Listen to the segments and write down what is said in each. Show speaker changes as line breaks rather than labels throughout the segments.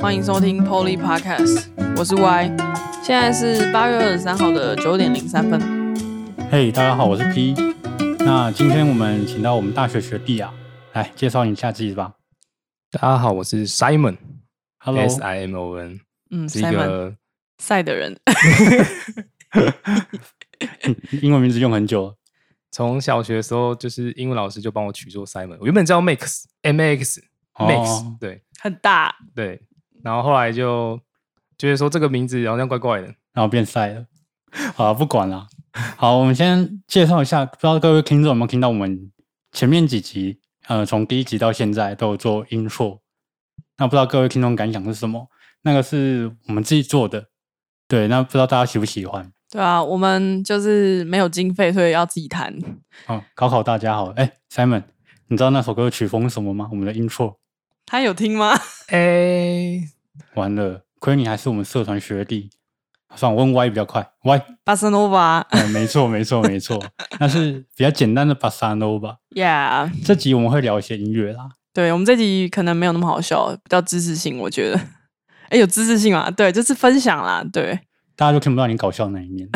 欢迎收听 Polly Podcast，我是 Y，现在是八月二十三号的九点零三分。
嘿大家好，我是 P。那今天我们请到我们大学学弟啊，来介绍一下自己吧。
大家好，我是 Simon，S
Hello，
I M O N，
嗯
是一
，Simon
个
赛的人，
英文名字用很久了，
从小学的时候就是英文老师就帮我取作 Simon，我原本叫 Max M A X
哦
Max，对
很大，
对，然后后来就觉得说这个名字好像怪怪的，
然后变晒了。 好啊，不管了。好，我们先介绍一下，不知道各位听众有没有听到我们前面几集，呃，从第一集到现在都有做音硕。那不知道各位听众感想是什么？那个是我们自己做的，对。那不知道大家喜不喜欢？
对啊，我们就是没有经费，所以要自己弹。
好，哦考考大家好了。哎，Simon，你知道那首歌的曲风是什么吗？我们的音硕。
他有听吗？
哎，
完了，亏你还是我们社团学弟。算我问 Y 比较快，Y，
巴塞诺瓦
哎没错，没错，没错，那是比较简单的 b a s a n o 吧。
，Yeah，
这集我们会聊一些音乐啦，
对我们这集可能没有那么好笑，比较知识性，我觉得。哎，有知识性嘛？对，就是分享啦，对，
大家就听不到你搞笑那一 面。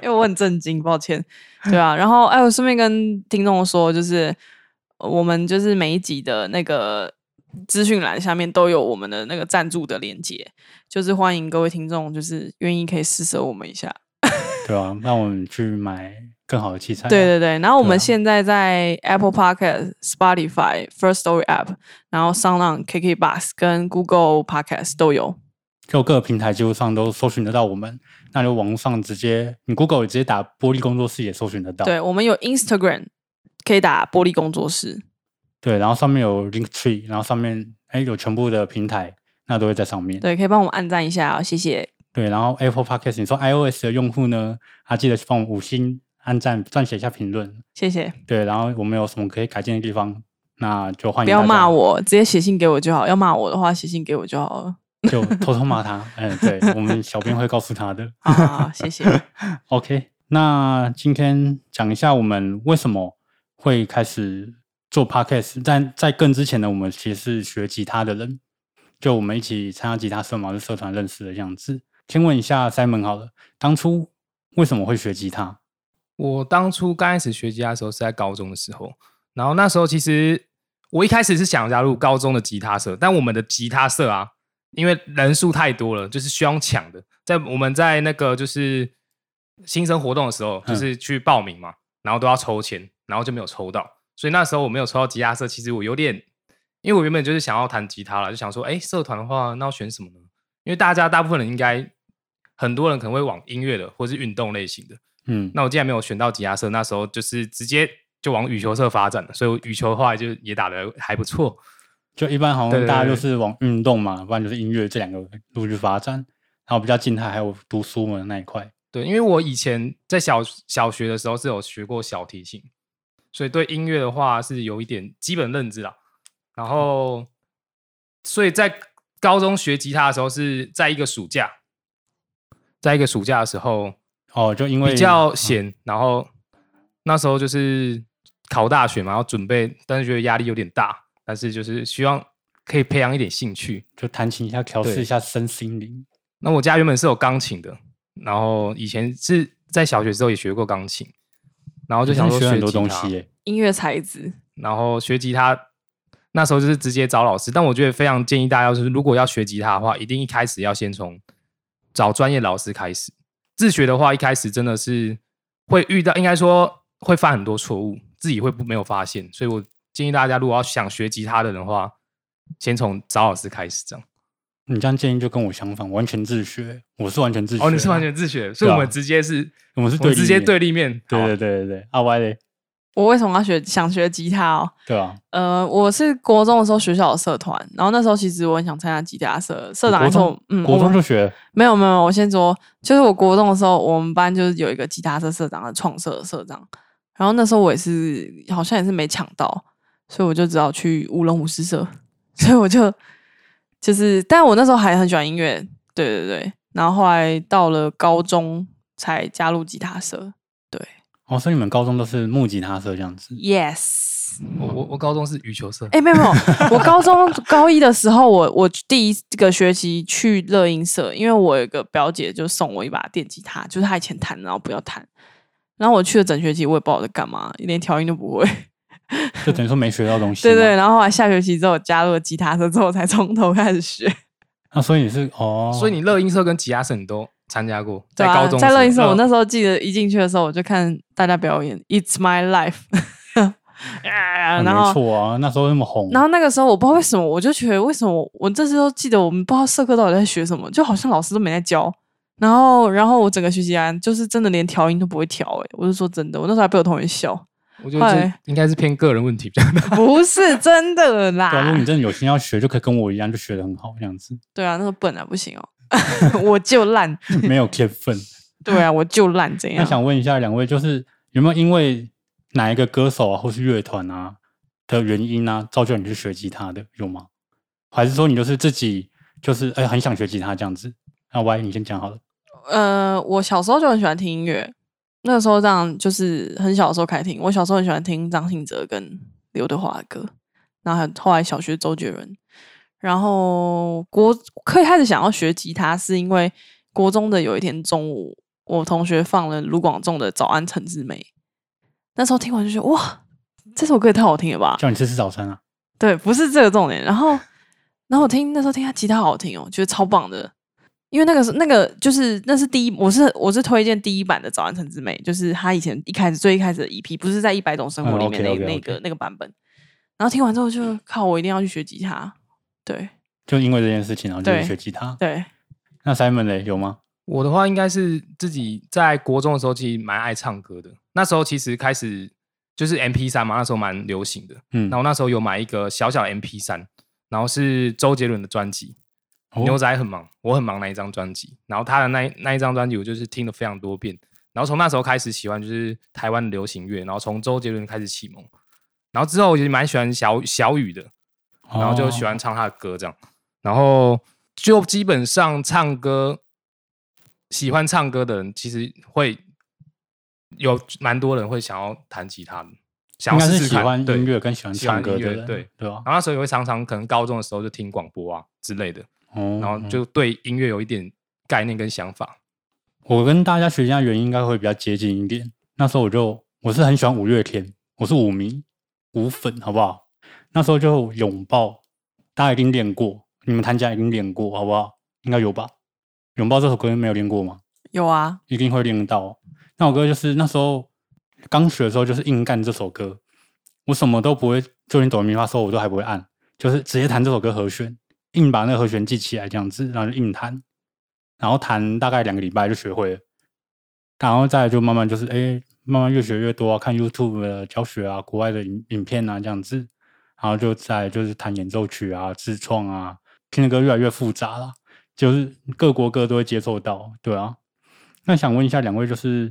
因为我很震惊，抱歉，对啊。然后，哎，我顺便跟听众说，就是我们就是每一集的那个资讯栏下面都有我们的那个赞助的链接，就是欢迎各位听众，就是愿意可以施舍我们一下。
对啊，让我们去买更好的器材啊。
对对对，然后我
对
们
啊
现在在 Apple Podcast、Spotify、First Story App，然后上浪 KK Bus 跟 Google Podcast 都有。
就各个平台基本上都搜寻得到我们，那就网络上直接你 Google 直接打玻璃工作室也搜寻得到。
对，我们有 Instagram，可以打玻璃工作室。
对然后上面有 Link Tree，然后上面哎有全部的平台，那都会在上面。
对，可以帮我们按赞一下、哦，谢谢。
对，然后 Apple Podcast，你说 iOS 的用户呢，啊，记得去帮我们五星按赞，撰写一下评论。
谢谢，
对，然后我们有什么可以改进的地方，那就欢迎
不要
大家
骂，我，直接写信给我就好。要骂我的话，写信给我就好了。
就偷偷骂他。嗯，对，我们小编会告诉他的。
好好好，谢谢。
OK，那今天讲一下我们为什么会开始做 Podcast。但在更之前呢，我们其实是学吉他的人，就我们一起参加吉他社嘛，是社团认识的这样子。先问一下 Simon 好了，当初为什么会学吉他？
我当初刚开始学吉他的时候是在高中的时候，然后那时候其实我一开始是想加入高中的吉他社，但我们的吉他社啊，因为人数太多了，就是需要抢的。在我们在那个就是新生活动的时候，
嗯
就是去报名嘛，然后都要抽签，然后就没有抽到，所以那时候我没有抽到吉他社，其实我有点，因为我原本就是想要弹吉他了，就想说，哎，社团的话，那要选什么呢？因为大家大部分人应该很多人可能会往音乐的或是运动类型的。
嗯，
那我既然没有选到吉他社，那时候就是直接就往羽球社发展了，所以我羽球后来就也打得还不错。
就一般好像
对对
大家就
对
是往运动嘛，不然就是音乐这两个路去发展，然后比较静态还有读书嘛那一块。
对，因为我以前在小小学的时候是有学过小提琴，所以对音乐的话是有一点基本认知啦。然后，所以在高中学吉他的时候是在一个暑假，在一个暑假的时候，
哦，就因为
比较闲，然后那时候就是考大学嘛，要准备，但是觉得压力有点大，但是就是希望可以培养一点兴趣。
就弹琴一下，调试一下身心灵。
那我家原本是有钢琴的，然后以前是在小学时候也学过钢琴，然后就想
你
说
真的学很多
吉
东
他
西耶。
音乐才子，
然后学吉他那时候就是直接找老师，但我觉得非常建议大家，就是如果要学吉他的话，一定一开始要先从找专业老师开始。自学的话，一开始真的是会遇到，应该说会犯很多错误，自己会不没有发现，所以我建议大家，如果要想学吉他的人的话，先从找老师开始这样。
你这样建议就跟我相反，完全自学。我是完全自 学啊。
哦，你是完全自学，所以
对啊
我们直接是，
我们是
我们
对立
直接
面
对立面，
对
好
对对对对，阿歪嘞，
我为什么要学想学吉他哦？
对啊吧？
呃，我是国中的时候学校有社团，然后那时候其实我很想参加吉他社，社长还
国
说我
中，，
嗯，
国
我
中就学了，
没有没有，我先说，就是我国中的时候，我们班就是有一个吉他社社长和创社的社长，然后那时候我也是好像也是没抢到，所以我就只好去舞龙舞狮社，所以我就就是，但我那时候还很喜欢音乐，对对对，然后后来到了高中才加入吉他社
哦，所以你们高中都是木吉他社这样子。
，yes，死。
我我我高中是羽球社，
哎、没有没有，我高中 高一的时候，我我第一个学期去乐音社，因为我有一个表姐就送我一把电吉他，就是她以前弹，然后不要弹，然后我去了整学期，我也不知道我在干嘛，连调音都不会。
就等于说没学到东西。
对 对，。然后后来下学期之后加入了吉他社之后，才从头开始学。
那所以你是哦，
所以你乐音社跟吉他社你都参加过，在
对啊
高中
在乐音社，我
嗯
那时候记得一进去的时候，我就看大家表演《It's My Life》啊，
嗯
然
没
后
错啊，那时候那么红，
然后那个时候我不知道为什么，我就觉得为什么我我这时候记得我们不知道社课到底在学什么，就好像老师都没在教。然后，然后我整个学期啊，就是真的连调音都不会调、欸，我是说真的，我那时候还被我同学笑，
我觉得这
嗨
应该是偏个人问题比较大。
不是真的
对啊，如果
啦
你，真的有心要学，就可以跟我一样，就学得很好这样子，
对啊，那时候笨啊，不行哦， 我就烂，
没有天分。
对啊，我就烂，怎
那
样？
想问一下两位，就是有没有因为哪一个歌手啊，或是乐团啊的原因啊，造就你去学吉他的，有吗？还是说你就是自己就是哎、很想学吉他这样子？那 Y 你先讲好了。
呃，我小时候就很喜欢听音乐，那个时候这样就是很小的时候开始听。我小时候很喜欢听张信哲跟刘德华的歌，然后还有后来小学周杰伦，然后国可以开始想要学吉他，是因为国中的有一天中午，我同学放了卢广仲的《早安陈志梅》，那时候听完就觉得哇，这首歌也太好听了吧！
叫你吃吃早餐啊？
对，不是这个重点。然后，然后我听那时候听他吉他好听哦，觉得超棒的。因为那个是那个就是那是第一，我是我是推荐第一版的《早安陈之美》，就是他以前一开始最一开始的 EP，不是在《一百种生活
嗯》
里面那、
OK，OK，OK 嗯
那个那个版本。然后听完之后就靠，我一定要去学吉他。对
就因为这件事情，然后就去
对
学吉他。
对，
那 Simon 嘞有吗？
我的话应该是自己在国中的时候，其实蛮爱唱歌的。那时候其实开始就是 M P 三嘛，那时候蛮流行的。
嗯，
然后那时候有买一个小小 M P 三，然后是周杰伦的专辑
哦
《牛仔很忙》，我很忙那一张专辑。然后他的那一那一张专辑，我就是听了非常多遍。然后从那时候开始喜欢就是台湾的流行乐，然后从周杰伦开始启蒙。然后之后我也蛮喜欢小小雨的，然后
哦
就喜欢唱他的歌这样，然后就基本上唱歌，喜欢唱歌的人其实会有蛮多人会想要弹吉他的，
哦，
想
应
要
该
试
是
试
喜
看
欢
对
音乐跟喜欢
喜欢
唱歌
音乐
的人，
对
对吧？
然后那时候也会常常可能高中的时候就听广播啊之类的，
哦，
然后
嗯
就对音乐有一点概念跟想法。
我跟大家学一下原因，应该会比较接近一点。那时候我就我是很喜欢五月天，我是舞迷、舞粉，好不好？那时候就拥抱，大家一定练过，你们弹家一定练过，好不好？应该有吧？拥抱这首歌没有练过吗？
有啊，
一定会练到。那首歌就是那时候刚学的时候，就是硬干这首歌，我什么都不会，就连哆来咪发嗦我都还不会按，就是直接弹这首歌和弦，硬把那个和弦记起来这样子，然后就硬弹，然后弹大概两个礼拜就学会了，然后再来就慢慢就是哎、诶慢慢越学越多啊，看 YouTube 的教学啊，国外的影影片啊这样子，然后就再来就是弹演奏曲啊、自创啊，听的歌越来越复杂了，就是各国歌都会接受到，对啊。那想问一下两位，就是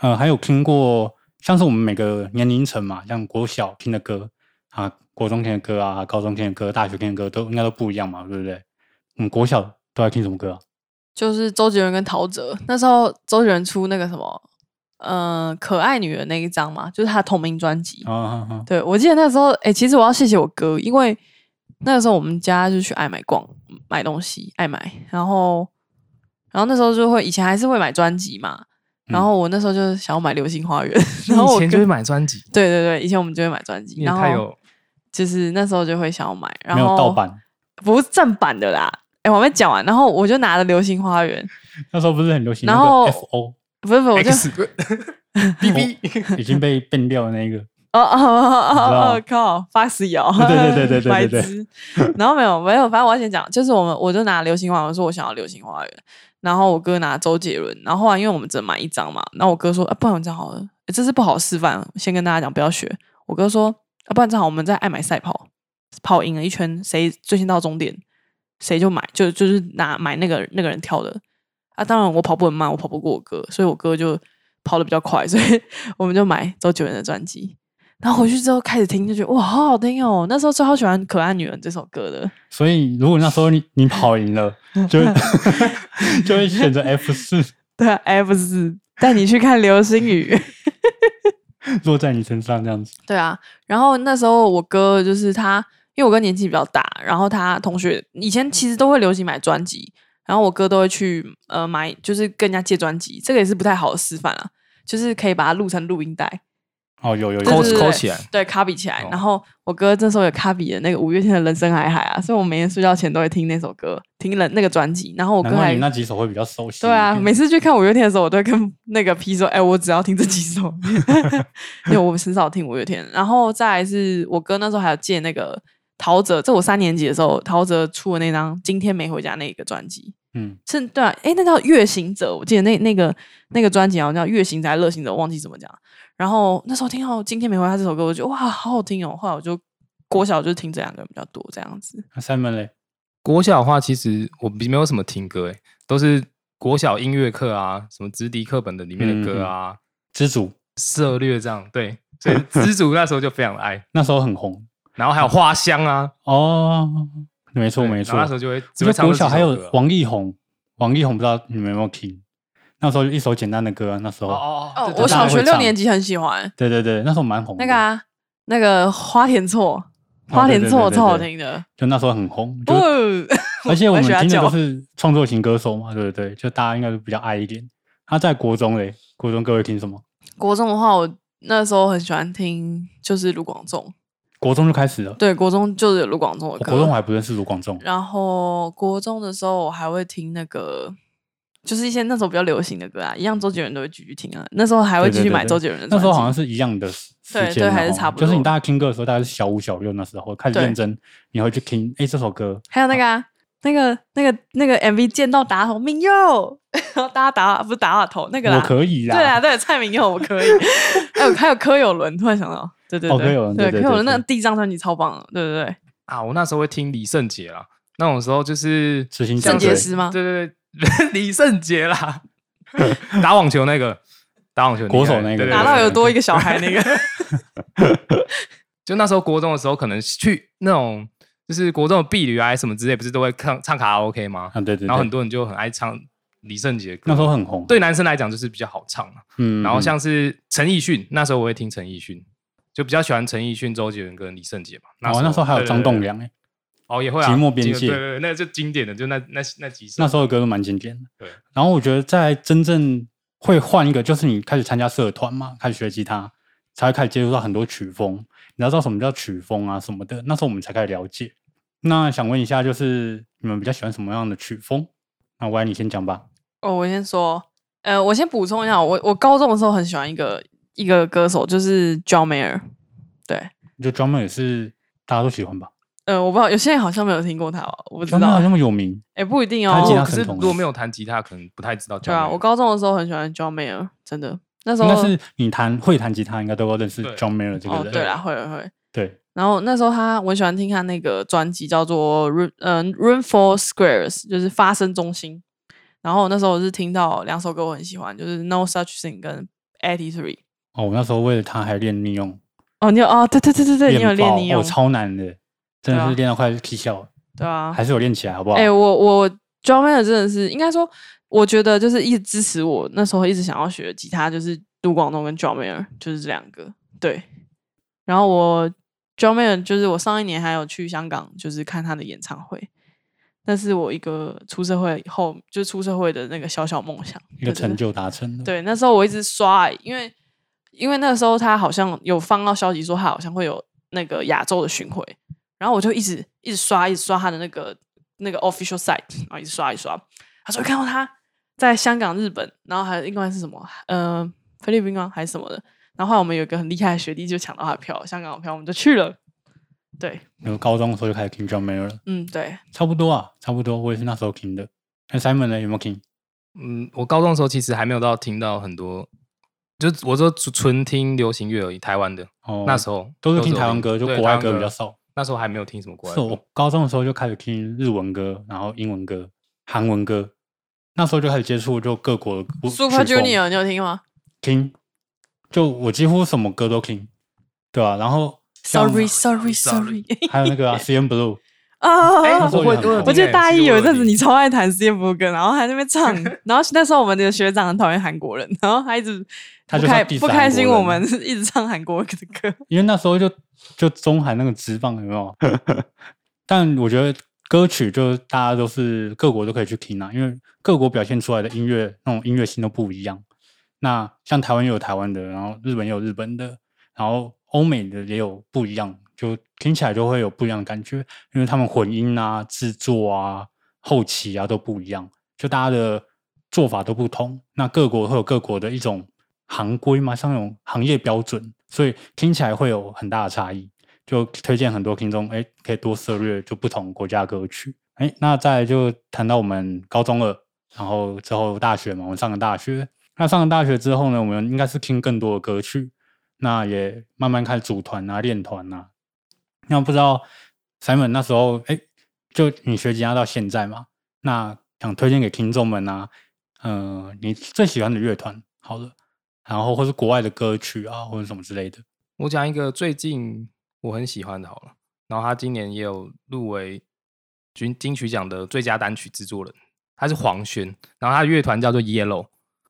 呃，还有听过像是我们每个年龄层嘛，像国小听的歌啊、国中听的歌啊、高中听的歌、大学听的歌都应该都不一样嘛，对不对？嗯，国小都在听什么歌啊？
就是周杰伦跟陶喆。那时候周杰伦出那个什么，呃，可爱女人那一张嘛，就是他同名专辑。
啊啊啊！
对，我记得那时候，哎、其实我要谢谢我哥，因为那个时候我们家就去爱买逛买东西，爱买，然后然后那时候就会以前还是会买专辑嘛，然
嗯
后我那时候就是想要买《流星花 园》然后
以
我
前
哥
就会买专辑，
对对对，以前我们就会买专辑，
你也
然
太
后
有
就是那时候就会想要买，然
没
后
有盗，版，
不是正版的啦。哎、我还没讲完，然后我就拿了《流星花园
那时候不是很流行那
然
个
后
F O》，哦
不是不是，我就
X B B，
已经被变掉的那个，
哦哦哦
你知道
哦哦！靠，发死谣！
对对对对对对
白
对
痴。然后没有没有，反正我要先讲，就是我们我就拿流星花园，我说我想要流星花园，然后我哥拿周杰伦，然后后来因为我们只能买一张嘛，然后我哥说啊，不然这样好了，诶这是不好示范，先跟大家讲不要学。我哥说啊，不然正好我啊们在爱买赛跑，跑赢了一圈，谁最先到终点，谁就买，就就是拿买那个那个人跳的。啊，当然我跑步很慢，我跑不过我哥，所以我哥就跑得比较快，所以我们就买周杰伦的专辑。然后回去之后开始听，就觉得哇，好好听哦！那时候超喜欢《可爱女人》这首歌的，
所以如果那时候你你跑赢了，就 就会选择 F 四。
对啊，F 四带你去看流星雨，
落在你身上这样子。
对啊，然后那时候我哥就是他，因为我哥年纪比较大，然后他同学以前其实都会流行买专辑，然后我哥都会去呃买，就是跟人家借专辑，这个也是不太好的示范啊，就是可以把它录成录音带，
哦，有有有，
抠
对对
抠起来，
对，卡比起来。
哦
然后我哥那时候有卡比的那个五月天的人生海海啊，所以我每天睡觉前都会听那首歌，听了那个专辑，然后我
难
哥
怪
还
你那几首会比较熟悉一嗯
对
点。
啊，每次去看五月天的时候，我都会跟那个 P 说：“哎、我只要听这几 首， 因为我很少听五月天。”然后再来是我哥那时候还有借那个陶喆，这我三年级的时候，陶喆出的那张《今天没回家》那个专辑，
嗯，
是对啊，哎，那叫《月行者》，我记得那 那个那个专辑好像叫《月行者》还是《乐行者》，我忘记怎么讲。然后那时候听到《今天没回家》这首歌，我就哇，好好听哦。后来我就国小就听这两个比较多，这样子。
那 Simon 嘞，
国小的话，其实我没有什么听歌，哎，都是国小音乐课啊，什么直笛课本的里
嗯
面的歌啊，
知足
涉略这样，对，所以知足那时候就非常爱，
那时候很红
然后还有花香 啊，
哦，没错
对
没
然
错
后。那时候就会只
就
会唱
国
这几
小还
首
有
歌啊。
王力宏，王力宏不知道你们有没有听？那时候就一首简单的歌啊，那时候，
哦哦
哦
对，对
我
对
小
大家
学
会
六
唱
年级很喜欢。
对对对，那时候蛮红的。
那个啊，那个花田错，
哦
花
对
田
对
错
对对
超好
对
听的。
就那时候很红，就
哦，
而且我们
喜欢
听的
叫
都是创作型歌手嘛，对不对？就大家应该都比较爱一点。他、在国中嘞，国中各位听什么？
国中的话，我那时候很喜欢听，就是卢广仲。
国中就开始了，
对，国中就是有卢广仲的
我
歌。
哦国中我还不认识卢广仲，
然后国中的时候，我还会听那个，就是一些那时候比较流行的歌啊，一样周杰伦都会继续听啊。那时候还会
对对
继续
对
买
对
周杰伦的专辑。
那时候好像是一样的时
对
间，
对还是
然后
差不
就是
多
你大家听歌的时候，大概是小五、小六那时候开始
对
认真，你会去听，哎，这首歌
还有那个、啊。那个、那个、那个 MV 见到打头明佑， 然后大家打不是打打头那个啦
我，可以啦，
对啊，对，蔡明佑我可 以，还有还有柯有伦，突然想到，对对
哦
对，
柯有伦对
对
对
柯有伦
对
那
对
第一张专辑超棒的，对对对，
啊，我那时候会听李圣杰啦，那种时候就是
执行
圣
长
洁
对
师吗？
对对对， 李圣杰 啦，打网球那个，打网球
国手
厉害
那个
对对对
哪
对
到有多一个小孩 那个？
就那时候国中的时候，可能去那种就是国中的婢女啊什么之类，不是都会唱唱卡拉 OK 吗？
啊，对对
然后很
对，
多人就很爱唱李圣杰的歌，
那时候很红，，
对男生来讲就是比较好唱嘛。
嗯，
然后
嗯
像是陈奕迅，那时候我会听陈奕迅，就比较喜欢陈奕迅、周杰伦跟李圣杰嘛。
哦，那时候还有张栋，梁哎、
对对对对哦也会啊，
寂寞边界
对对对，那就经典的，就那那那几首。
那时候的歌都蛮经典的。
对，
然后我觉得在真正会换一个，就是你开始参加社团嘛，开始学吉他，才会开始接触到很多曲风。你要知道什么叫曲风啊什么的，那时候我们才开始了解。那想问一下，就是你们比较喜欢什么样的曲风？那歪你先讲吧。
哦，我先说，呃，我先补充一下，我我高中的时候很喜欢一个一个歌手，就是 John Mayer，对，
就 d r u m m e r 也是大家都喜欢吧
呃，我不知道有些人好像没有听过他吧，我不
d
知
r u m m e r
道
好，像有名，
哎，不一定
他吉欸
哦
他，
可是
神童
如果没有弹吉他，可能不太知道。
对啊，我高中的时候很喜欢 John Mayer，真的，那时
应
候
该是你弹会弹吉他，应该都要认识
对
d r u m m e r 这个
哦
人。，
对啦，会会会。
对
然后那时候他，我很喜欢听他那个专辑叫做《Room》，嗯，《Room for Squares》，就是发声中心。然后那时候我是听到两首歌我很喜欢，就是《No Such Thing》跟《Eighty Three》。
哦，我那时候为了他还练利用，
哦，你有哦，对对对对对，你有练
爆
你有
哦，超难的，
对
真的
啊
是练到快气笑了，
对啊。
还是有练起来，好不好？
哎、我我 John Mayer 真的是应该说，我觉得就是一直支持我那时候一直想要学吉他，就是杜广东跟 John Mayer，就是这两个对。然后我 John Mayer 就是我上一年还有去香港，就是看他的演唱会，那是我一个出社会以后就是出社会的那个小小梦想，
一个
对
成。就达成
对
了。
对对，那时候我一直刷、因为因为那时候他好像有放到消息说他好像会有那个亚洲的巡回，然后我就一直一直刷，一直刷他的那个那个 official site，然后一直刷一直刷。他说看到他在香港、日本，然后还有另外是什么？呃，菲律宾吗？还是什么的？然后后来我们有一个很厉害的学弟就抢到他的票，香港的票我们就去了。对，
然后高中的时候就开始听 John Mayer 了，
嗯，对，
差不多啊，差不多，我也是那时候听的。那 Simon 呢，有没有听？
嗯，我高中的时候其实还没有到听到很多，就我说纯纯听流行乐而已，台湾的、
哦，
那时候
都是听
有
台湾歌，就
对
国
台
外
湾
歌比较少。
那时候还没有听什么国外
是哦我
歌，
高中的时候就开始听日文歌，然后英文歌、韩文歌，那时候就开始接触就各国的歌
Super
曲风
Junior 你有听吗
听，就我几乎什么歌都听，对吧、然后像
？Sorry, sorry, sorry
还有那个、啊、C N Blue，
啊！
哎、
那时候
我
哦也
会
很
都有
红
我
听
记
欸
得大
其
一
实我
有一阵子
听
你超 爱弹 C F 歌，然后还在那边唱，然后那时候我们的学长很讨厌韩国人，然后他一直
他
不
就
开
要 diss
不
韩
开
国
心，
人
我们 是一直唱韩国的歌，
因为那时候就就中韩那个直棒有没有？但我觉得歌曲就大家都是各国都可以去听啊，因为各国表现出来的音乐那种音乐性都不一样。那像台湾也有台湾的，然后日本也有日本的，然后欧美的也有不一样，就听起来就会有不一样的感觉，因为他们混音啊、制作啊、后期啊都不一样，就大家的做法都不同。那各国会有各国的一种行规嘛，像那种行业标准，所以听起来会有很大的差异。就推荐很多听众，哎，可以多涉略就不同国家的歌曲。哎，那再来就谈到我们高中了，然后之后大学嘛，我们上了大学。那上了大学之后呢，我们应该是听更多的歌曲，那也慢慢开始组团啊、练团啊。那不知道 Simon 那时候，哎，就你学吉他到现在嘛，那想推荐给听众们啊，嗯、你最喜欢的乐团好了，然后或是国外的歌曲啊，或者什么之类的。
我讲一个最近我很喜欢的，好了，然后他今年也有入围金金曲奖的最佳单曲制作人，他是黄轩，然后他的乐团叫做 Yellow，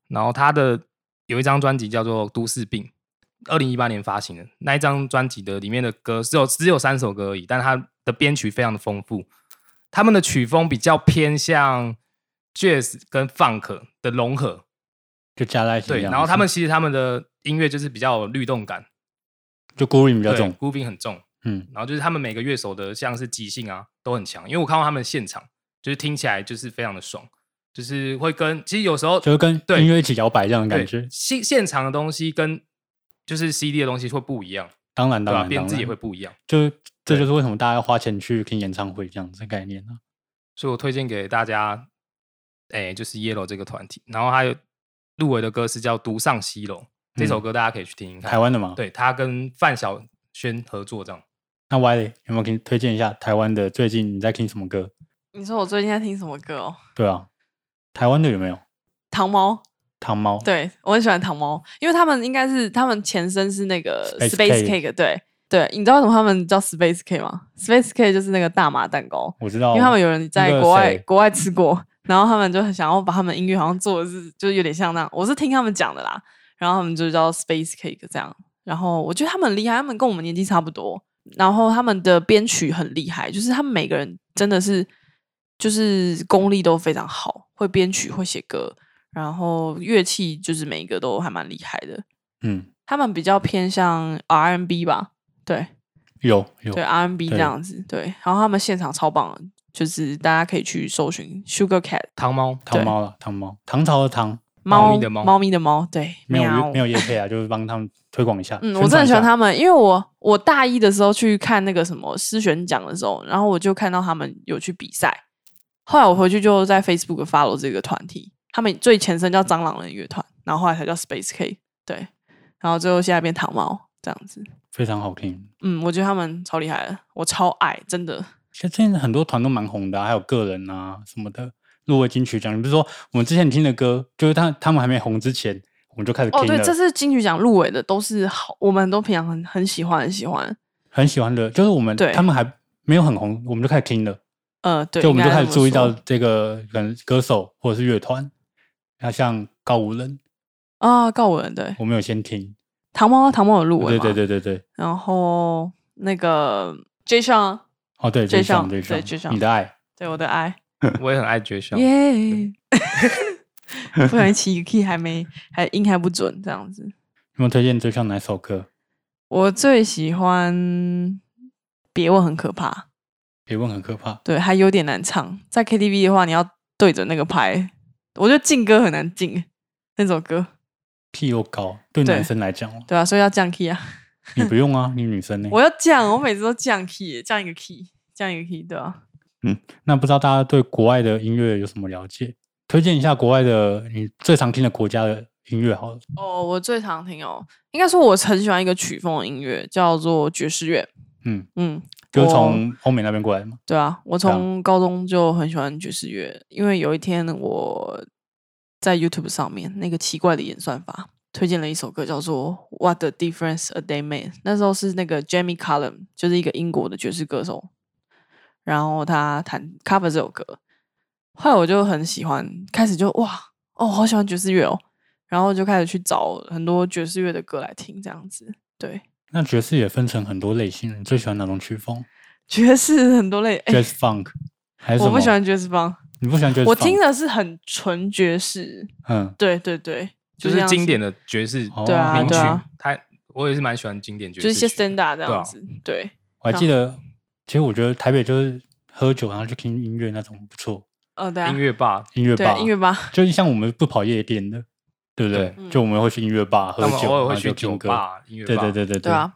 然后他的有一张专辑叫做《都市病》，二零一八年发行的那一张专辑的里面的歌只有只有三首歌而已，但他的编曲非常的丰富，他们的曲风比较偏向 Jazz 跟 Funk 的融合，
就加在一起这
对，
样子。
然后他们其实他们的音乐就是比较有律动感，
就 Green 比较
对
重，
，grooving 很重。
嗯，
然后就是他们每个乐手的像是即兴啊都很强，因为我看过他们现场，就是听起来就是非常的爽，就是会跟其实有时候
就是跟
对
音乐一起摇摆这样的
对
感觉。
现现场的东西跟就是 CD 的东西会不一样，
当然，
对
当
吧？
然，
编
当
制也
然
会不一样，
就这
对
就是为什么大家要花钱去听演唱会这样子的概念啊。
所以我推荐给大家，哎，就是 Yellow 这个团体，然后还有入围的歌是叫《独上西楼》这首
嗯
歌，大家可以去听听看。
台湾的嘛，。
对他跟范晓萱合作这样。
那 Y 有没有给你推荐一下台湾的？最近你在听什么歌？
你说我最近在听什么歌哦？
对啊，台湾的有没有？
糖猫，
糖猫。，
对我很喜欢糖猫，因为他们应该是他们前身是那个
Space
Space
Cake
Cake，对对，你知道为什么他们叫 Space Cake 吗？Space Cake 就是那个大麻蛋糕，
我知道，
因为他们有人在
那个
国外
谁
国外吃过，然后他们就很想要把他们音乐好像做的是就是有点像那样，我是听他们讲的啦，然后他们就叫 Space Cake 这样，然后我觉得他们很厉害，他们跟我们年纪差不多，然后他们的编曲很厉害，就是他们每个人真的是就是功力都非常好，会编曲会写歌，然后乐器就是每一个都还蛮厉害的，
嗯，
他们比较偏向 R&B 吧，对，
有有
对啊 R&B 这
对
样子，对。然后他们现场超棒的，就是大家可以去搜寻 Sugar Cat
糖猫，
糖猫了，糖猫，唐朝的糖，
猫
猫
咪的猫
猫咪的猫，对，
没有
喵
乐没有叶配啊， 就是帮他们推广一下。
嗯，
宣
我真的很
传一
喜欢
下
他们，因为我我大一的时候去看那个什么诗选奖的时候，然后我就看到他们有去比赛，后来我回去就在 Facebook follow 这个团体，他们最前身叫蟑螂人乐团，然后后来才叫 Space K，对，然后最后现在变糖猫这样子，
非常好听。
嗯，我觉得他们超厉害的，我超爱，真的，
现现在很多团都蛮红的啊、还有个人啊什么的入围金曲奖。你不是说我们之前听的歌，就是他他们还没红之前，我们就开始听
哦，
了，
对，这次金曲奖入围的都是好，我们都平常很很喜欢，很喜欢。
很喜欢的，就是我们
对
他们还没有很红，我们就开始听了，
呃，对，
就我们
应
就
该
开始
这么
注意到
说
这个可能歌手或者是乐团。那像告五人，
啊，告五人对，
我们有先听，
唐猫唐猫有入围
对
嘛
对，对对对，
然后那个 J 上
哦对，
追
追上
上
追
对追
上，
上
你的爱，
对我的爱
我也很爱绝校。
耶， 不小心起 key 还没还音还不准这样子。
有没有推荐追上哪首歌？
我最喜欢别问很可怕，
别问很可怕，
对，还有点难唱，在 KTV 的话你要对着那个拍，我觉得劲歌很难劲那首歌，
屁又高，对
对
男生来讲哦，
对啊，所以要降 key 啊。
你不用 啊，你女生呢？
我要降，我每次都降 key，耶降一个 key，降一个 key，对啊。
那不知道大家对国外的音乐有什么了解？推荐一下国外的你最常听的国家的音乐好了。
哦，我最常听哦，应该说我很喜欢一个曲风的音乐，叫做爵士乐。
嗯，
嗯，
就是
我
从欧美那边过来的嘛。
对啊，我
这样
从高中就很喜欢爵士乐，因为有一天我在 YouTube 上面那个奇怪的演算法推荐了一首歌，叫做《What the Difference a Day Made》。那时候是那个 Jamie Cullum，就是一个英国的爵士歌手，然后他弹 cover 这首歌，后来我就很喜欢，开始就哇哦，好喜欢爵士乐哦，然后就开始去找很多爵士乐的歌来听，这样子。对，
那爵士也分成很多类型，你最喜欢哪种曲风
爵士很多类，哎、
？Jazz funk 还是什
我
么？
不喜，欢爵士风，
你不喜欢 Jazz？
我听
funk？
的是很纯爵士。
嗯，
对对对，这
就是
样
经
子
典的爵士
哦
对啊
名曲
对啊，
他我也是蛮喜欢经典爵
就是
士
一些
曲，
standard 这
对啊
样子。对，
我还记得，其实我觉得台北就是喝酒然后去听音乐那种不错，
呃，对啊
音，乐吧。
音乐吧，
对音乐吧，
就是像我们不跑夜店的，对不对？
对
就我们会去音乐吧喝
他们
酒，
偶尔
然后
会
就
去
听
酒
歌，
吧、音乐
对
吧，
对对对
对啊，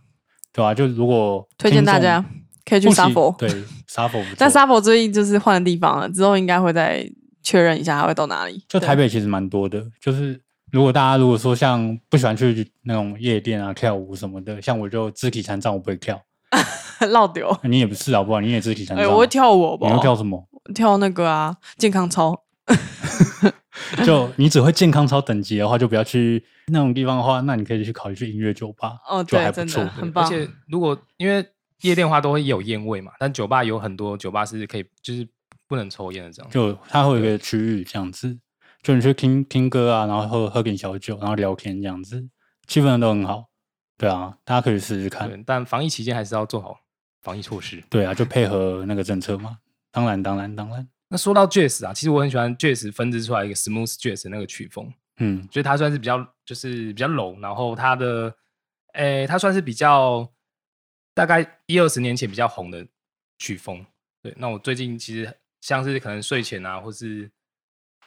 对啊，就如果
推荐
听众
大家可以去
不喜
Sappho
对 Sappho 不
但
错
Sappho 最近就是换地方了，之后应该会再确认一下它会到哪里。
就
对
台北其实蛮多的，就是如果大家如果说像不喜欢去那种夜店啊跳舞什么的，像我就肢体残障我不会跳，
绕丢。
你也不是啊好不好？你也肢体残
哎、
障，
我会，跳舞好哦不
你
好，
会跳 什么？
跳那个啊，健康操。
就你只会健康操等级的话，就不要去那种地方的话，那你可以去考虑去音乐酒吧，
哦
就
对
还不
真的
错。
很
而
棒
且如果因为夜店的话都会有烟味嘛，但酒吧有很多酒吧是可以就是不能抽烟的这样。
就它会有一个区域这样子，就你去听听歌啊，然后喝喝点小酒，然后聊天这样子，气氛都很好。对啊，大家可以试试看。
对，但防疫期间还是要做好防疫措施。
对啊，就配合那个政策嘛。当然，当然，当然，
那说到 jazz 啊，其实我很喜欢 jazz 分支出来一个 smooth jazz 的那个曲风，
嗯，
就是它算是比较就是比较柔，然后它的诶，它算是比较大概一二十年前比较红的曲风。对，那我最近其实像是可能睡前啊，或是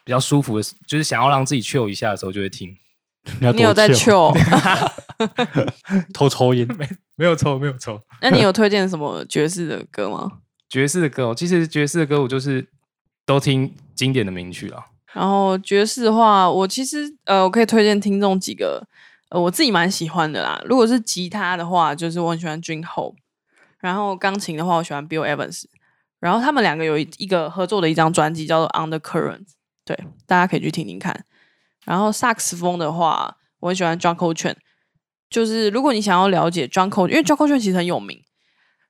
比较舒服的，就是想要让自己 chill 一下的时候，就会听。
你要
你有在
c
chill？
偷抽烟？
没有错，没有错。
那你有推荐什么爵士的歌吗？
爵士的歌、哦，其实爵士的歌我就是都听经典的名曲啊。
然后爵士的话，我其实呃，我可以推荐听众几个，呃，我自己蛮喜欢的啦。如果是吉他的话，就是我很喜欢 Dream Hope，然后钢琴的话，我喜欢 Bill Evans，然后他们两个有一一个合作的一张专辑叫做《Undercurrent》，对，大家可以去听听看。然后萨克斯风的话，我很喜欢 John Coltrane，就是如果你想要了解 John Coltrane，因为 John Coltrane 其实很有名，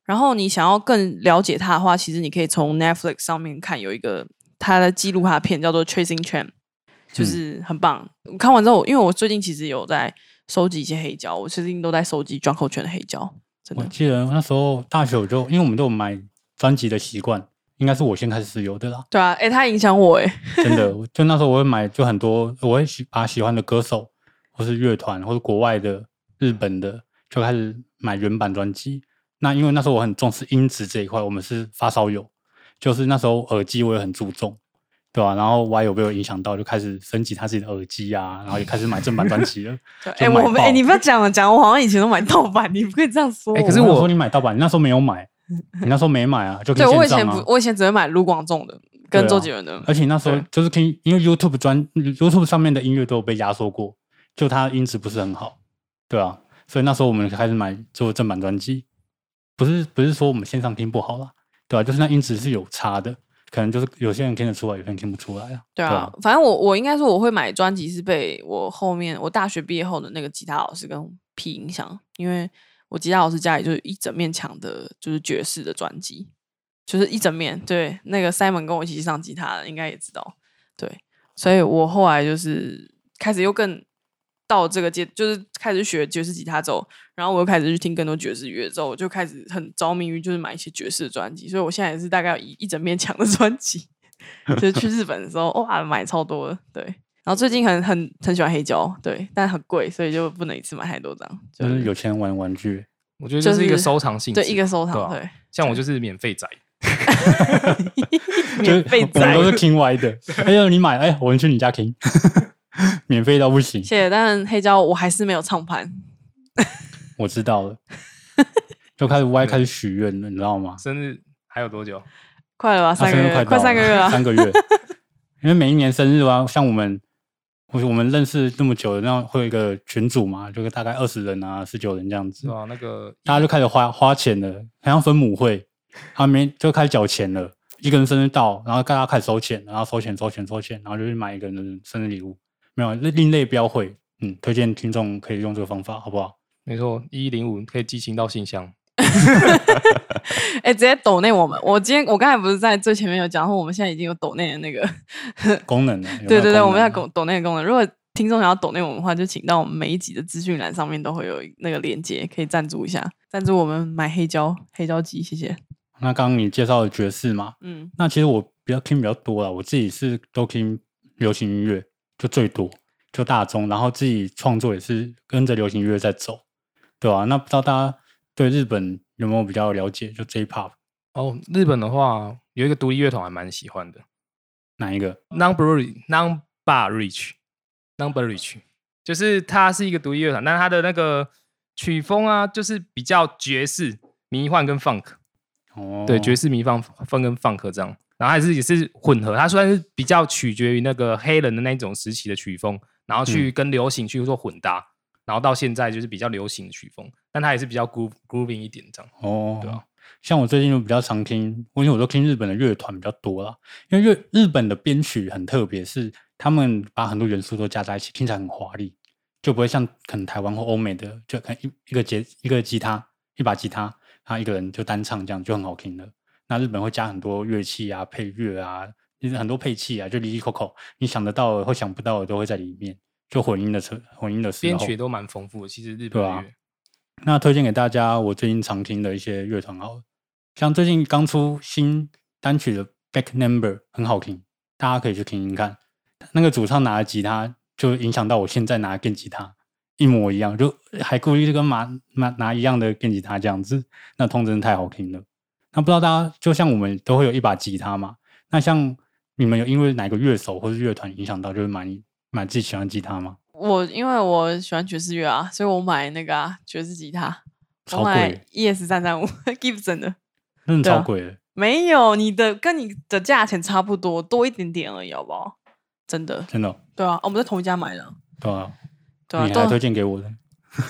然后你想要更了解他的话，其实你可以从 Netflix 上面看有一个他的纪录他的片叫做《Tracing Chan》，就是很棒。我看完之后，因为我最近其实有在收集一些黑胶，我最近都在收集 John Coltrane 的黑胶，真
我
的。
记得那时候大学我就，因为我们都有买专辑的习惯，应该是我先开始有的啦。
对啊，哎、他影响我哎、
真的， 我就那时候我会买，就很多，我会喜把喜欢的歌手，或是乐团，或是国外的、日本的，就开始买原版专辑。那因为那时候我很重视音质这一块，我们是发烧友，就是那时候耳机我也很注重，对吧、然后我也有被我影响到，就开始升级他自己的耳机啊，然后也开始买正版专辑了。
对哎、
就买
我们哎、
爆
你不要讲了，讲我好像以前都买盗版，你不 可以这样说我。
哎可是
我
我
说你买盗版，你那时候没有买，你那时候没买啊，就
对
跟
我
线
以前
上
不
啊，。
我以前只会买卢广仲的跟
对啊
周杰伦的，
而且那时候
对
就是听，因为 YouTube 专 YouTube 上面的音乐都有被压缩过，就它音质不是很好，对啊，所以那时候我们开始买做正版专辑，不是不是说我们线上听不好啦，对啊，就是那音质是有差的，可能就是有些人听得出来，有些人听不出来啊，
对
对
啊
啊，
反正我我应该说我会买专辑是被我后面我大学毕业后的那个吉他老师跟 P 影响，因为我吉他老师家里就是一整面墙的，就是爵士的专辑，就是一整面。对，那个 Simon 跟我一起上吉他的，应该也知道。对，所以我后来就是开始又更到这个阶，就是开始学爵士吉他之后，然后我又开始去听更多爵士乐之后，我就开始很着迷于就是买一些爵士的专辑，所以我现在也是大概有一一整面墙的专 辑。就是去日本的时候，哇，买超多的，对。然后最近很很很喜欢黑胶，对，但很贵，所以就不能一次买太多张，就
就是有钱人玩玩具，
我觉得
就
就是一个
是
收藏性质，
对一个收
对
藏，
啊
对，
像我就是免费仔，
就是
免费
我们
仔
都。是听歪的，哎呦你买，哎我们去你家听， 免费到不行，
谢谢，但黑胶我还是没有唱盘，
我知 道了，就开始歪开始许愿了，你知道吗？
生日还有多久？
嗯快了吧？
他
三个
生日
月，
啊快
快
到
三个月 了。
三个月。因为每一年生日啊，像我们，我我们认识这么久的，那会有一个群组嘛，就是大概二十人啊，十九人这样子
对，啊，那个
大家就开始花花钱了，好像分母会，他们就开始缴钱了。一个人生日到，然后大家开始收钱，然后收钱收钱收钱，然后就去买一个人的生日礼物，没有另另类标会，嗯，推荐听众可以用这个方法，好不好？
没错，一一零五可以寄信到信箱。
哎、直接抖内我们，我今天我刚才不是在最前面有讲说，我们现在已经有抖内的那个，
功能呢？有没有
对对对，
功
我们
能
要
呢
抖抖内的功能。如果听众想要懂内文的话，就请到我们每一集的资讯栏上面都会有那个链接，可以赞助一下，赞助我们买黑胶黑胶机，谢谢。
那刚刚你介绍的爵士嘛，
嗯，
那其实我比较听比较多了，我自己是都听流行音乐就最多，就大众，然后自己创作也是跟着流行音乐在走，对吧、那不知道大家对日本有没有比较了解？就 J-pop
哦，日本的话有一个独立乐团还蛮喜欢的
哪一个？
，Number Number Reach Number Reach，就是它是一个独立乐团，但它的那个曲风啊，就是比较爵士、迷幻跟 funk。
哦，
对，爵士迷放放跟放克这样，然后还是也是混合，它算是比较取决于那个黑人的那种时期的曲风，然
嗯
后去跟流行去做混搭，然后到现在就是比较流行的曲风，但它也是比较 groove grooving 一点这样。
哦，
对啊
像我最近就比较常听，因为我都听日本的乐团比较多啦，因为日日本的编曲很特别，是他们把很多元素都加在一起，听起来很华丽，就不会像可能台湾或欧美的，就可能一一个节一个吉他一把吉他，他一个人就单唱这样就很好听了。那日本会加很多乐器啊、配乐啊，就是很多配器啊，就里里口口，你想得到的或想不到的都会在里面，就混音的车混音的时
编
候
曲也都蛮丰富的，其实日
哦对
本的
啊
乐
那推荐给大家我最近常听的一些乐团好了，像最近刚出新单曲的《Back Number》很好听，大家可以去听听看。那个主唱拿的吉他就影响到我现在拿的电吉他一模一样，就还故意就跟拿拿拿一样的电吉他这样子，那通真的太好听了。那不知道大家就像我们都会有一把吉他嘛，那像你们有因为哪个乐手或是乐团影响到，就是买你买自己喜欢的吉他吗？
我因为我喜欢爵士乐啊，所以我买那个、啊、爵士吉他，
超
我买
贵，
ES 三三五 Gibson 的，
真的
对啊
超贵的。
没有你的跟你的价钱差不多，多一点点而已，好不好？真的，
真的哦、
对啊，哦我们在同一家买的，
对啊，
对啊，
你还推
都
荐给我的。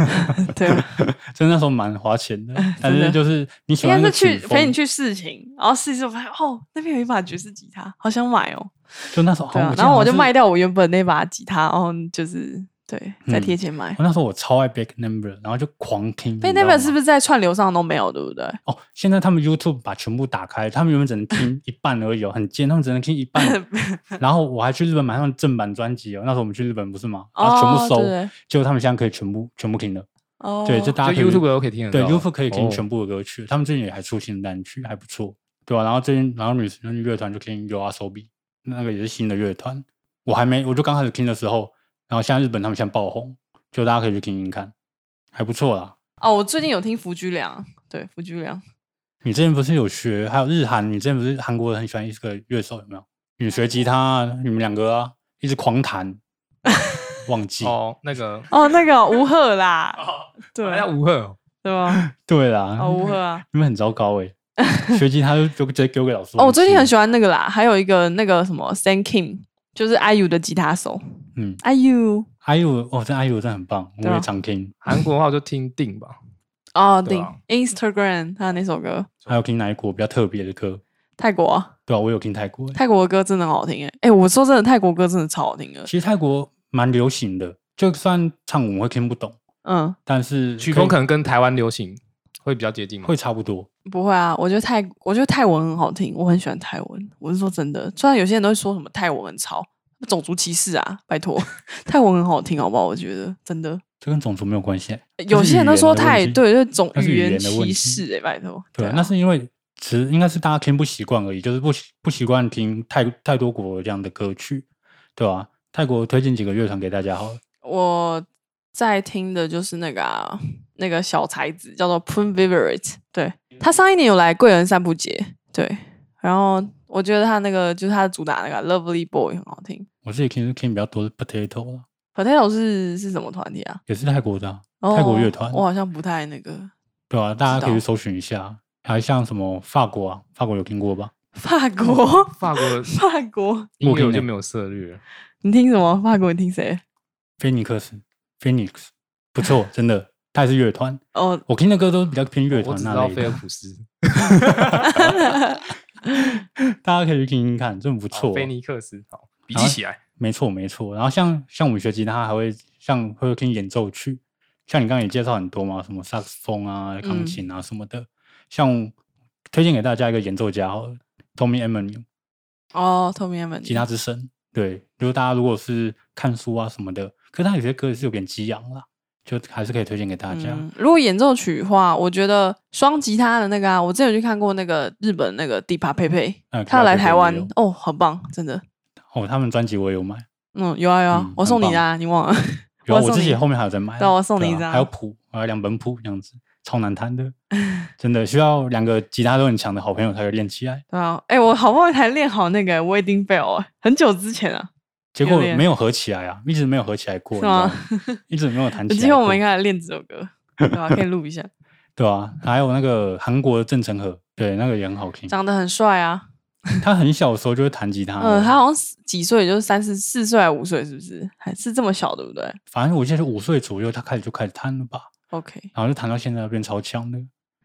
对啊，，
就那时候蛮花钱的 但
嗯真的
是就是你喜
应
欢
该
那
是
个曲
去
风
陪你，去试琴，然后试一试，我发现哦，那边有一把爵士吉他，好想买哦。
就那时候好
对
像
啊
记，得
然后
好
我就
像是
卖。掉我原本那把吉他，然后就是对，再
嗯
贴钱买。
我那时候我超爱 Back Number，然后就狂听。
被
你知
那
道
本是
吗
不是在串流上都没有，对不对？
哦，现在他们 YouTube 把全部打开，他们原本只能 听一半而已哦，很贱，他们只能听一半哦。然后我还去日本买他们正版专辑哦，那时候我们去日本不是吗？然后全
哦
部
对
收，结果他们现在可以全部全部听了。
哦，
对，就大家可
就
以
YouTube 都可以听得
对
到
，YouTube 可以听
哦
全部的歌曲，他们最近也还出新单曲，还不错，对吧、然后最近，然后女生乐团就听 U R S O B，那个也是新的乐团，我还没，我就刚开始听的时候，然后现在日本他们现在爆红，就大家可以去听听看，还不错啦。
哦，我最近有听福居良，对福居良，
你之前不是有学，还有日韩，你之前不是韩国人很喜欢一个乐手有没有？你学吉他啊，你们两个啊，一直狂 弹，忘记。
哦，那个
哦，那个吴赫啦，
哦，
对
那吴赫哦
对吧？
对啦，
哦，吴赫啊，
你们很糟糕 哎、学吉他就就直接丢给老师。
哦，我最近很喜欢那个啦，还有一个那个什么 San Kim，就是 IU 的吉他手
欢，嗯，
，IU
哎呦，哦，这哎呦真的很棒，我
对啊
也常听。
韩国的话我就听定吧，
哦，
对
对
啊
，Instagram 他的那首歌，
还有听哪一国比较特别的歌？
泰国啊、
对啊，我有听泰国欸。
泰国的歌真的很好听诶、哎、我说真的，泰国歌真的超好听的。
其实泰国蛮流行的，就算唱我们会听不懂，
嗯，
但是
曲风
可
可能跟台湾流行会比较接近
以
嘛。
会差不多。
不会啊，我觉得泰，我觉得泰文很好听，我很喜欢泰文。我是说真的，虽然有些人都会说什么泰文很吵，种族歧视啊，拜托， 泰文很好听，好不好？我觉得真的，
这跟种族没有关系欸，
呃有些人都说
那是
泰
语言的问
对，
题
就种
那是语
言
言的问
歧
题
视哎、拜托。
对啊
啊，
那是因为词应该是大家听不习惯而已，就是不习不习惯听太太多国这样的歌曲，对吧、泰国推荐几个乐团给大家好了，
我在听的就是那个、啊、那个小才子，叫做 Pun Viverate，对他上一年有来贵人散步节，对，然后我觉得他那个就是他的主打那个啊 Lovely Boy 很好听。
我自己听听比较多是 Potato 啦，
Potato 是是什么团体啊？
也是泰国的啊、泰国乐团
哦我好像不太那个。
对吧、大家可以
知
去
道
搜寻一下。还像什么法国啊，法国有听过吧？
法国，
法国
嗯
的
法国，
音乐我
我
就
听
没有涉略了，
你听什么？法国，你听谁？
菲尼克斯，Phoenix 不错，真的，他也是乐团。
哦，
我听的歌都比较偏乐
我
团
只知
那
道
类
菲尔
的，
普斯、
大家可以去听听看，真的不错
好。菲尼克斯，好，啊笔记起来。
没错没错。然后像像我们学吉他还会像会听演奏曲，像你刚刚也介绍很多嘛，什么萨克斯风啊、
嗯
钢琴啊什么的。像推荐给大家一个演奏家好了，Tommy e m m a n u
哦，Tommy e m
吉他之神，对，如果大家如果是看书啊什么的，可是它有些歌是有点激昂啦，就还是可以推荐给大家。
嗯，如果演奏曲的话，我觉得双吉他的那个啊，我之前有去看过那个日本那个地帕佩佩，
嗯
他有来台湾
迪帕佩佩
哦，很棒，真的。
哦，他们专辑我有买，
嗯，有啊有啊，
嗯
我送你的、啊，你忘了？
有
我
啊
送
我自己
你
后面还有在买啊，
对我送你
对啊
一张
还有谱，还有两本谱这样子，超难弹的，真的需要两个吉他都很强的好朋友才会练起来。
对啊，哎、我好不容易才练好那个 Wedding Bell，、欸、很久之前啊，
结
有
果
点
没有合起来啊，一直没有合起来
是
过，你知道
吗
吗一直没有弹
有
起来
机
过。
会我们应该来练这首歌，对 吧、可以录一下，
对啊，还有那个韩国的郑成和，对，那个也很好听。
长得很帅啊，
他很小的时候就会弹吉他，
嗯，他好像是几岁，就是三十四岁还五岁，是不是？还是这么小，对不对
反正我记得是五岁左右，他开始就开始弹了吧，
？OK，
然后就弹到现在变超强的，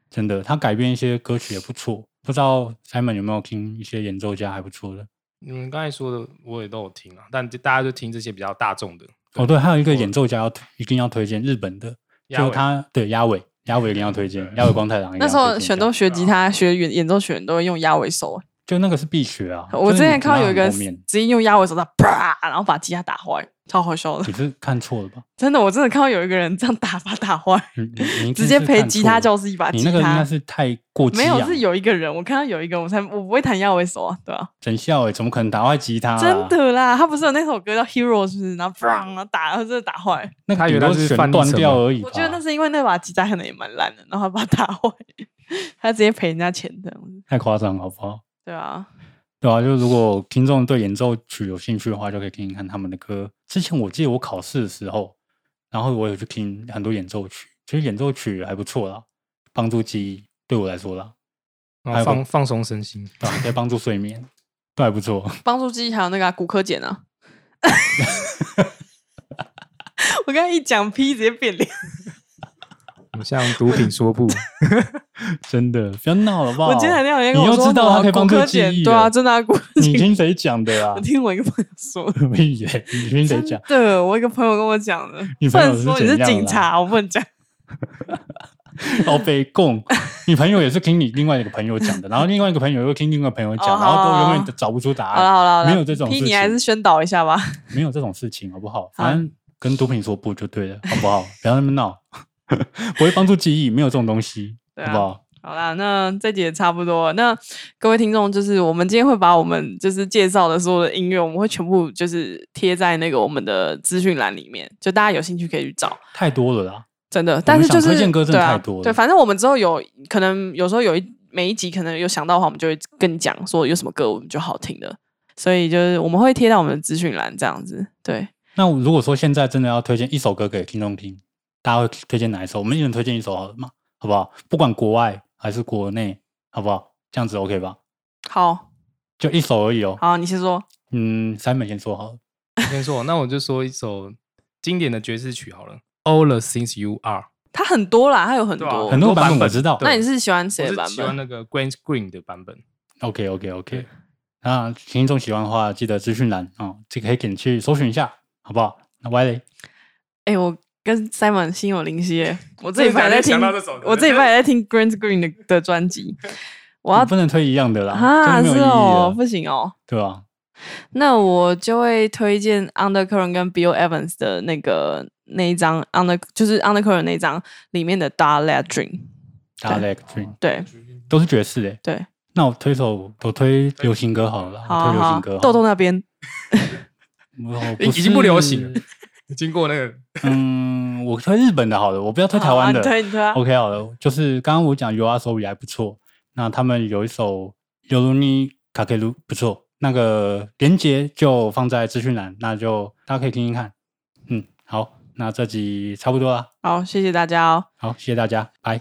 真的。他改编一些歌曲也不错，不知道 Simon 有没有听一些演奏家还不错的。
你们刚才说的我也都有听啊，但就大家就听这些比较大众的。
哦，对，还有一个
我
演奏家要推一定要推荐日本的，
鸭
就
尾
他对鸭尾，鸭尾一定要推荐，鸭尾光太郎一定要推荐一
那
下。
时候选都
啊
学吉他、学演演奏曲，都会用压尾手、欸
就那个是必学啊。
我
就
之
是你
前
不
看到
要
有一个
很
直
后面
接用压尾手，他啪，然后把吉他打坏，超好笑的
你。是看错了吧？
真的，我真的看到有一个人这样打把打坏，
你你你一定
直接
是
赔
看
吉
错
他
了
教室一把
你
吉
那个应该
他。
是啊太过激
没有，
昂
是有一个人，我看到有一个，我才我不会弹压尾手啊，对啊，
整笑哎、怎么可能打坏吉他、啊？
真，的啦，他不是有那首歌叫 Hero 是不是？然后砰，然后打，然后真的打坏。
那个
他
顶
以为他
多
是
弦
范
断
丞
掉
嘛
而已吧。
我觉得那是因为那把吉他可能也蛮烂的，然后他把它打坏，他直接赔人家钱这样子，
太夸张了好不好？
对啊，
对啊，就如果听众对演奏曲有兴趣的话，就可以听听看他们的歌。之前我记得我考试的时候，然后我有去听很多演奏曲，其实演奏曲还不错啦，帮助记忆，对我来说啦，
然
还有
后哦放
个
放松身心，
对、啊，可以帮助睡眠，都还不错。
帮助记忆还有那个啊骨科碱 啊。 我刚才一讲 P 直接变脸，
你像毒品说 不，
真的，不要闹了好不好？
我今天还那人跟
你
我
又
说
知道
什么
它可以帮
骨
助
科
记
碱
忆
对啊，
了
真的啊，骨科
你
碱
听谁讲的啊
我？听我一个朋友说，
屁耶！你听谁
真
讲？
的，我一个朋友跟我讲的，
你
不
朋友
能
是
说你
怎
是
样啊
警
啦
察，我不能讲。
老北共，哦你朋友也是听你另外一个朋友讲的，然后另外一个朋友又听另外一个朋友讲，
哦
然后
好
都
好
永远找不出答
好
案。
了好了好了，
哎没有这种
P，
事
你还
情
是宣导一下吧。
没有这种事情，好不好？反正跟毒品说不就对了，好 不好？不要那么闹， 不会帮助记忆，没有这种东西，
对
好不
啊
好？
好啦，那这集也差不多了。那各位听众，就是我们今天会把我们就是介绍的所有的音乐，我们会全部就是贴在那个我们的资讯栏里面，就大家有兴趣可以去找。
太多了啦，
真的，但是就是
想推荐歌真的
对啊
太多了
对，反正我们之后有可能有时候有一每一集可能有想到的话，我们就会跟你讲说有什么歌我们就好听的，所以就是我们会贴到我们的资讯栏这样子。对，
那我如果说现在真的要推荐一首歌给听众听，大家会推荐哪一首？我们一人推荐一首好了嘛，好不好？不管国外还是国内，好不好？这样子 OK 吧？
好，
就一首而已哦。
好，你先说。
嗯，三本先说好了。
先说，那我就说一首经典的爵士曲好了，《All the Things You Are
它很多啦，它有很
对啊
多。
很多
多版
版本我
本
知道，
那你是喜欢》，谁的
我
版
是喜欢
本？
那个 Grant Green 的版本。
OK OK
嗯
OK，那听众喜欢的话，记得资讯栏啊，哦这个可以点去搜寻一下，好不好？那 Y 嘞，
哎、我跟 Simon 心有灵犀耶，我这
真
礼
的假
拜
的
在听
想到这首，歌
我这礼拜也在听 Grant Green 的的专 辑。我
你
要
不能推一样的啦，
啊，
这样
是
没有意义
哦
了，，
不行哦。
对吧？
那我就会推荐 Undercurrent 跟 Bill Evans 的那个那一张 Under 就是 Undercurrent 那一张里面的 Dark l e d r i n
大 l e c t r i n
对
都是爵士诶。欸
对，
那我推首，我推流行歌好了啦，
好
我推流
好
行
好
歌好了。
豆豆那边
我
已已经不流行了
是。
经过那个
嗯，我推日本的好了，我不要推台湾
好啊
的
你。推你推啊
OK 好了，就是刚刚我讲 U R So 也还不错，那他们有一首《尤鲁尼卡克鲁》不错，那个连接就放在资讯栏，那就大家可以听听看。嗯，好，那这集差不多啦，
好，谢谢大家哦。
好，谢谢大家，拜。